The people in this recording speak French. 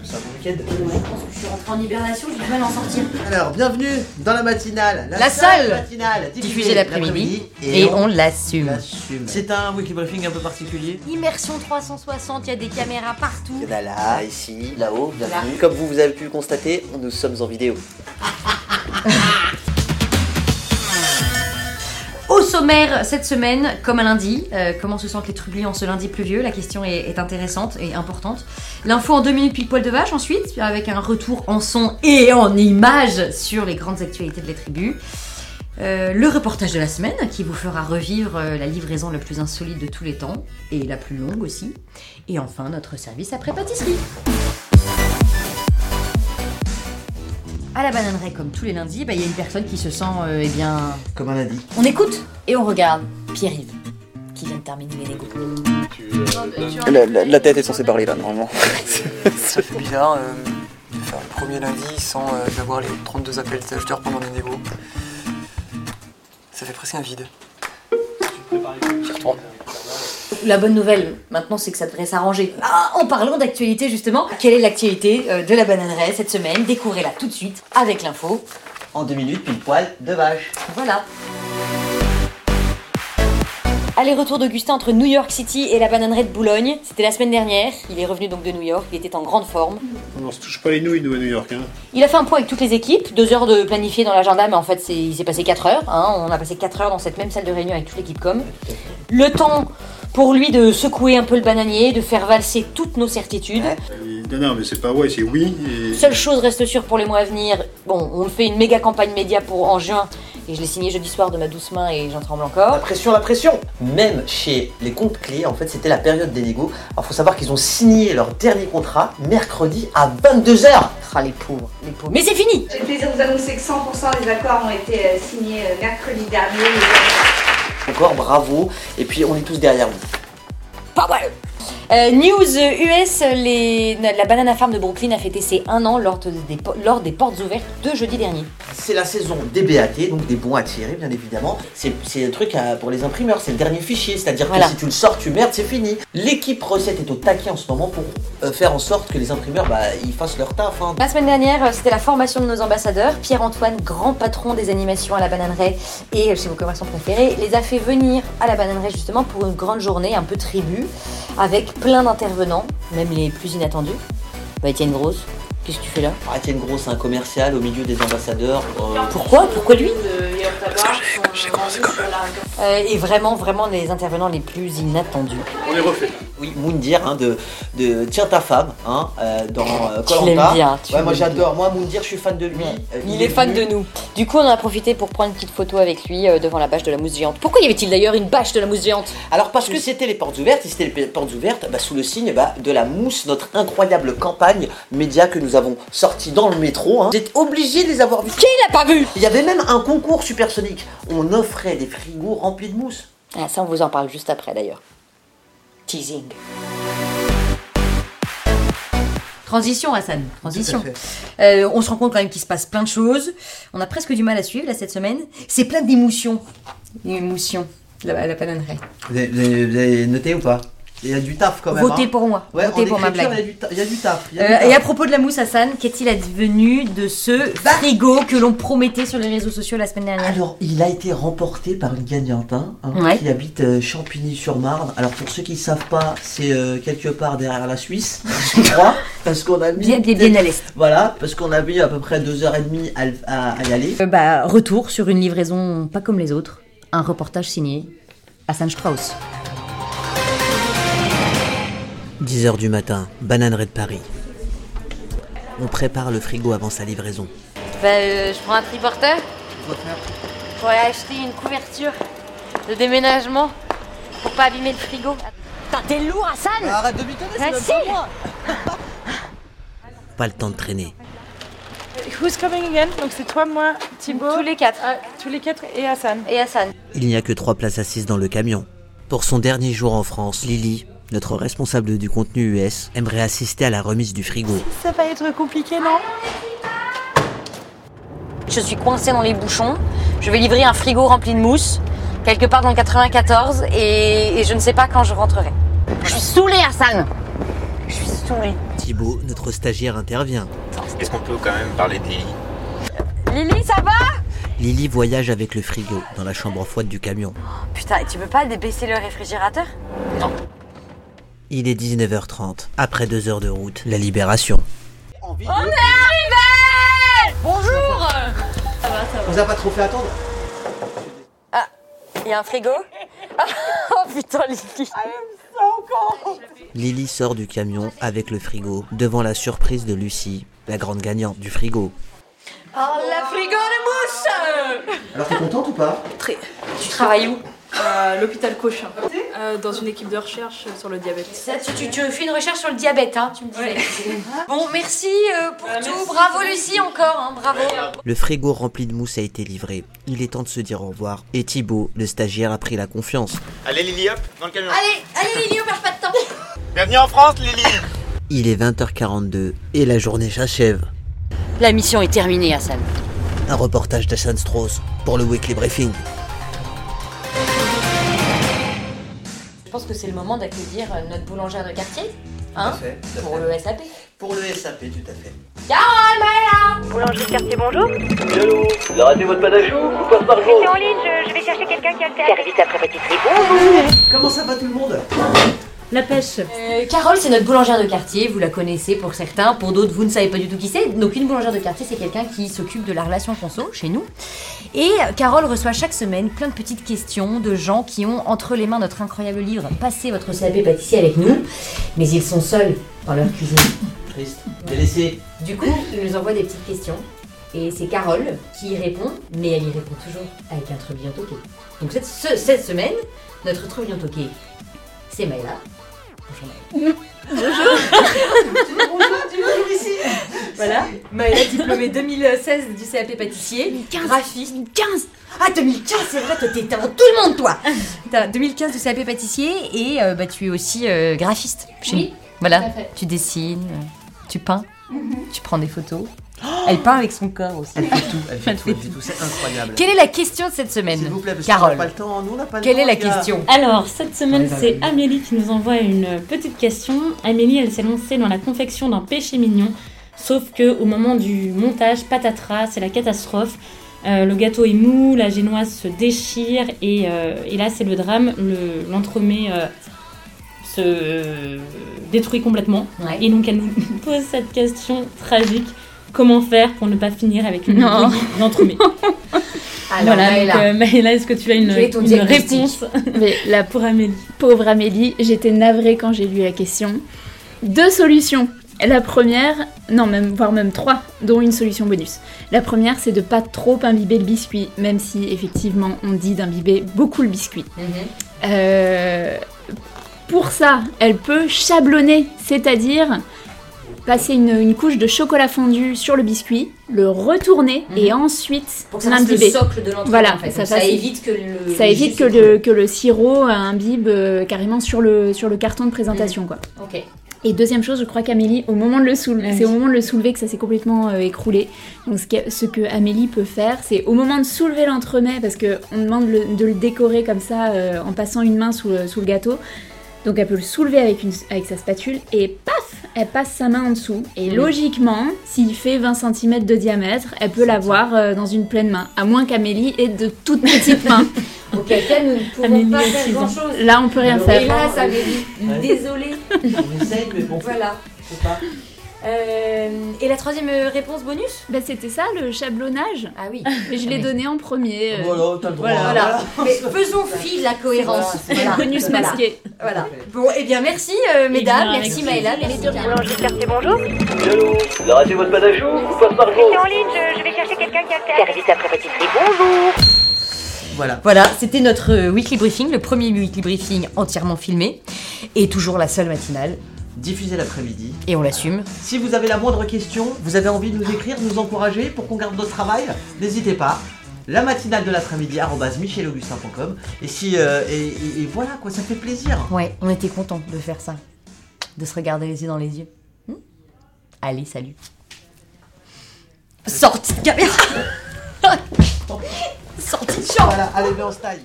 passé un bon week-end. Ouais, je pense que je suis rentrée en hibernation, j'ai du mal à en sortir. Alors, bienvenue dans la matinale. La seule matinale diffusée l'après-midi et on l'assume. l'assume. C'est un weekly briefing un peu particulier. Immersion 360, il y a des caméras partout. Il y en a là, ici, là-haut, bienvenue. Comme vous, vous avez pu le constater, nous sommes en vidéo. Au sommaire cette semaine, comme un lundi, euh, comment se sentent les trublions en ce lundi pluvieux La question est, est intéressante et importante. L'info en deux minutes pile poil de vache ensuite, avec un retour en son et en images sur les grandes actualités de les tribus. Euh, le reportage de la semaine qui vous fera revivre euh, la livraison la plus insolite de tous les temps et la plus longue aussi. Et enfin notre service après pâtisserie. À la bananeraie, comme tous les lundis, bah, il y a une personne qui se sent euh, eh bien Comme un lundi. on écoute et on regarde Pierre-Yves qui vient de terminer les négos. La, la- la tête est censée parler là normalement. Ça fait bizarre euh, de faire le premier lundi sans euh, avoir les 32 appels des acheteurs pendant les négos. Ça fait presque un vide. La bonne nouvelle maintenant, c'est que ça devrait s'arranger. Ah, en parlant d'actualité justement, quelle est l'actualité euh, de la bananeraie cette semaine Découvrez-la tout de suite avec l'info. En deux minutes, pile poil de vache. Voilà. Aller-retour d'Augustin entre New York City et la bananeraie de Boulogne, c'était la semaine dernière. Il est revenu donc de New York, il était en grande forme. On se touche pas les nouilles, nous, à New York. Hein. Il a fait un point avec toutes les équipes, deux heures de planifier dans l'agenda, mais en fait c'est- il s'est passé 4 heures. hein. On a passé 4 heures dans cette même salle de réunion avec toute l'équipe com. Le temps pour lui de secouer un peu le bananier, de faire valser toutes nos certitudes. Et- Non, non, mais c'est pas ouais, c'est oui. Et... Seule chose reste sûre pour les mois à venir, bon, on fait une méga campagne média pour en juin, et je l'ai signé jeudi soir de ma douce main et j'en tremble encore. Oh, La pression, la pression Même chez les comptes clés, en fait, c'était la période des négos. Alors, faut savoir qu'ils ont signé leur dernier contrat mercredi à 22h. Ah les pauvres, les pauvres. Mais c'est fini J'ai le plaisir de vous annoncer que 100% des accords ont été euh, signés euh, mercredi dernier. Encore bravo. Et puis, on est tous derrière vous. Pas mal Euh, News US, les- la Banana Farm de Brooklyn a fêté ses 1 an lors des, po- lors des portes ouvertes de jeudi dernier. C'est la saison des BAT, donc des bons à tirer, bien évidemment. C'est c'est le truc à- pour les imprimeurs, c'est le dernier fichier. C'est-à-dire Voilà. que si tu le sors, tu merdes, c'est fini. L'équipe recette est au taquet en ce moment pour euh, faire en sorte que les imprimeurs, bah, ils fassent leur taf. hein. La semaine dernière, euh, c'était la formation de nos ambassadeurs. Pierre-Antoine, grand patron des animations à la Bananeraie et euh, chez vos commerçants préférés, les a fait venir à la Bananeraie justement pour une grande journée un peu tribu, avec plein d'intervenants, même les plus inattendus. Bah Étienne Grosse, qu'est-ce que tu fais là Ah, tiens, gros, c'est un commercial au milieu des ambassadeurs. euh, Pourquoi Pourquoi lui Parce que j'ai commencé quand même. Euh, Et vraiment, vraiment les intervenants les plus inattendus. On les refait. Oui, Moundir, hein, de, de Tiens ta femme, hein, euh, dans Tu Colanta. l'aimes bien, tu moi l'aimes j'adore. Moi, Moundir, je suis fan de lui. Euh, Il est fan de venu. nous. Du coup, on en a profité pour prendre une petite photo avec lui euh, devant la bâche de la mousse géante. Pourquoi y avait-il d'ailleurs une bâche de la mousse géante Alors, parce que c'était les portes ouvertes, et c'était les portes ouvertes bah, sous le signe bah, de la mousse, notre incroyable campagne média que nous avons sortie dans le métro. Hein. Vous êtes obligés de les avoir vus. Qui l'a pas vu Il y avait même un concours supersonique. On offrait des frigos remplis de mousse. Ah, ça, on vous en parle juste après d'ailleurs. Teasing. Transition, Hassan, transition. Euh, on se rend compte quand même qu'il se passe plein de choses. On a presque du mal à suivre là cette semaine. C'est plein d'émotions. Émotions, la, la bananerie. Vous avez, vous avez- vous avez noté ou pas Il y a du taf quand même. Votez hein. pour moi, Ouais, votez en pour ma écriture, blague. Il y a du ta- il y a du taf. il y a du Euh, taf. et à propos de la mousse, Hassan, qu'est-il advenu de ce frigo que l'on promettait sur les réseaux sociaux la semaine dernière Bah Alors, il a été remporté par une gagnante hein, hein, Ouais. qui habite euh, Champigny-sur-Marne. Alors, pour ceux qui ne savent pas, c'est euh, quelque part derrière la Suisse, je crois, parce qu'on a mis... Bien, bien, bien à l'est. Voilà, parce qu'on a mis à peu près deux heures et demie à, à- à y aller. Euh, bah, retour sur une livraison pas comme les autres, un reportage signé Hassan Strauss. 10 heures du matin, bananerie de Paris. On prépare le frigo avant sa livraison. Bah, euh, je prends un triporteur pour aller acheter une couverture de déménagement pour pas abîmer le frigo. Putain, t'es lourd, Hassan Arrête de m'étonner, Ah, si Pas le temps de traîner. Who's coming again Donc c'est toi, moi, Thibaut, Tous les quatre. ah, tous les quatre et Hassan. Et Hassan. Il n'y a que trois places assises dans le camion. Pour son dernier jour en France, Lily, notre responsable du contenu US, aimerait assister à la remise du frigo. Ça va être compliqué, non Je suis coincée dans les bouchons. Je vais livrer un frigo rempli de mousse, quelque part dans le 94, hein. et, et je ne sais pas quand je rentrerai. Je suis saoulée, Hassan Je suis saoulée. Thibaut, notre stagiaire, intervient. Est-ce qu'on peut quand même parler de Lily Lily, ça va Lily voyage avec le frigo dans la chambre froide du camion. Putain, et tu peux pas débaisser le réfrigérateur Non. Il est 19h30. Après deux heures de route, la libération. On est arrivé Bonjour Ça va, ça va. On vous a pas trop fait attendre Ah, il y a un frigo Oh putain, Lily Lily sort du camion avec le frigo devant la surprise de Lucie, la grande gagnante du frigo. Oh, la frigo de mousse Alors t'es contente ou pas Très. Tu travailles Euh, où à l'hôpital Cochin, euh, dans une équipe de recherche sur le diabète. Ça, tu, tu, tu, fais une recherche sur le diabète, hein, tu me disais. Ouais. bon, merci euh, pour euh, tout. Merci. Bravo Lucie encore, hein, bravo. Le frigo rempli de mousse a été livré. Il est temps de se dire au revoir. Et Thibaut, le stagiaire, a pris la confiance. Allez Lily, hop, dans le camion. Allez, allez Lily, on perd pas de temps. Bienvenue en France Lily. Il est 20h42 et la journée s'achève. La mission est terminée, Hassan. Un reportage d'Hassan Strauss pour le Weekly Briefing. Je pense que c'est le moment d'accueillir euh, notre boulangère de quartier. Hein tout à fait, tout à Pour fait. le SAP. Pour le SAP, tout à fait. Carole, Maëla Boulanger de quartier, bonjour. Allô Vous avez raté votre panachou ou passe par jour C'est en ligne, je, je vais chercher quelqu'un qui a le cas. Service après pâtisserie, bonjour Comment ça va tout le monde la pêche. Euh, Carole, c'est notre boulangère de quartier, vous la connaissez pour certains, pour d'autres, vous ne savez pas du tout qui c'est. Donc, une boulangère de quartier, c'est quelqu'un qui s'occupe de la relation conso chez nous. Et Carole reçoit chaque semaine plein de petites questions de gens qui ont entre les mains notre incroyable livre Passez votre CAP pâtissier avec nous, mais ils sont seuls dans leur cuisine. Triste, délaissé. Du coup, ils nous envoient des petites questions. Et c'est Carole qui y répond, mais elle y répond toujours avec un truc bien toqué. Donc, cette, ce, cette semaine, notre truc bien toqué, c'est Maïla. Bonjour. Bonjour, bonjour ici. Voilà, Maëla diplômée 2016 du CAP pâtissier, 2015, graphiste. 2015 Ah 2015, c'est vrai, toi t'es avant tout le monde toi. T'as 2015 du CAP pâtissier et euh, bah, tu es aussi euh, graphiste chez Oui, Voilà, tout à fait. tu dessines, tu peins, tu prends des photos. Elle peint avec son corps aussi. Elle fait tout, elle fait tout, elle fait tout, c'est incroyable. Quelle est la question de cette semaine S'il vous plaît, parce qu'on Carole n'a pas le temps, nous on n'a pas le Quelle temps, est la les gars. question Alors, cette semaine, Ouais, c'est bah, Amélie qui nous envoie une petite question. Amélie, elle s'est lancée dans la confection d'un péché mignon, sauf que au moment du montage, patatras, Ah, c'est la catastrophe. Euh, le gâteau est mou, la génoise se déchire, et, euh, et là, c'est le drame. Le- L'entremet euh, se euh, détruit complètement. Ouais. Et donc, elle nous pose cette question tragique. Comment faire pour ne pas finir avec une Non. bouillie d'entremet Alors voilà, Maëla, donc, euh, Maëla, est-ce que tu as une, Quel est ton une diagnostic réponse Mais la pauvre Amélie. Pauvre Amélie, j'étais navrée quand j'ai lu la question. Deux solutions. La première, non, même, voire même trois, dont une solution bonus. La première, c'est de pas trop imbiber le biscuit, même si effectivement on dit d'imbiber beaucoup le biscuit. Mhm. Euh, pour ça, elle peut chablonner, c'est-à-dire passer une, une couche de chocolat fondu sur le biscuit, le retourner et ensuite Mhm. pour que ça fasse le l'imbiber. socle de l'entreprise, Voilà, en fait. ça Donc, ça, fasse- évite que le. Ça le évite jus que se le, que le sirop imbibe euh, carrément sur le, sur le carton de présentation. Quoi. trouve. Ok. Et deuxième chose, je crois qu'Amélie, au moment de le soulever, Ouais. c'est au moment de le soulever que ça s'est complètement euh, écroulé. Donc ce que, ce que Amélie peut faire, c'est au moment de soulever l'entremet, parce qu'on demande le- de le décorer comme ça euh, en passant une main sous le, sous le gâteau. Donc elle peut le soulever avec, une, avec sa spatule et paf, elle passe sa main en dessous. Et Mhm. logiquement, s'il fait 20 cm de diamètre, elle peut l'avoir euh, dans une pleine main. À moins qu'Amélie ait de toutes petites mains. Ok, là, nous ne pouvons Amélie pas a faire six ans. grand chose. Là, on peut Ah rien Et faire. là, ça m'est dit. Ouais. Désolée. On essaye, mais bon, Voilà. faut pas. Euh, et la troisième euh, réponse bonus Bah, c'était ça le chablonnage. Ah oui. Mais je l'ai Mais- donné en premier. euh, Voilà, t'as le droit. Voilà. Voilà. Mais faisons fi de la cohérence. Voilà. Bonus Voilà. masqué. Voilà. Bon, et bien merci euh, mesdames, bien, merci avec Maëla, merci Carole. Boulanger de quartier, bonjour. Allô Vous avez raté votre panachou ou passe par jour C'est en ligne, je, je vais chercher quelqu'un qui a le cas. Service après pâtisserie, bonjour Voilà. Voilà, c'était notre euh, weekly briefing, le premier weekly briefing entièrement filmé, et toujours la seule matinale, Diffusez l'après-midi. et on l'assume. Si vous avez la moindre question, vous avez envie de nous écrire, de nous encourager pour qu'on garde notre travail, n'hésitez pas. La matinale de l'après-midi, arrobase michelaugustin.com. Et si. euh, et, et- et voilà quoi, ça fait plaisir. Ouais, on était contents de faire ça, de se regarder les yeux dans les yeux. Hmm Allez, salut. Sortie de caméra Sortie de chambre Voilà, allez, mais on se taille.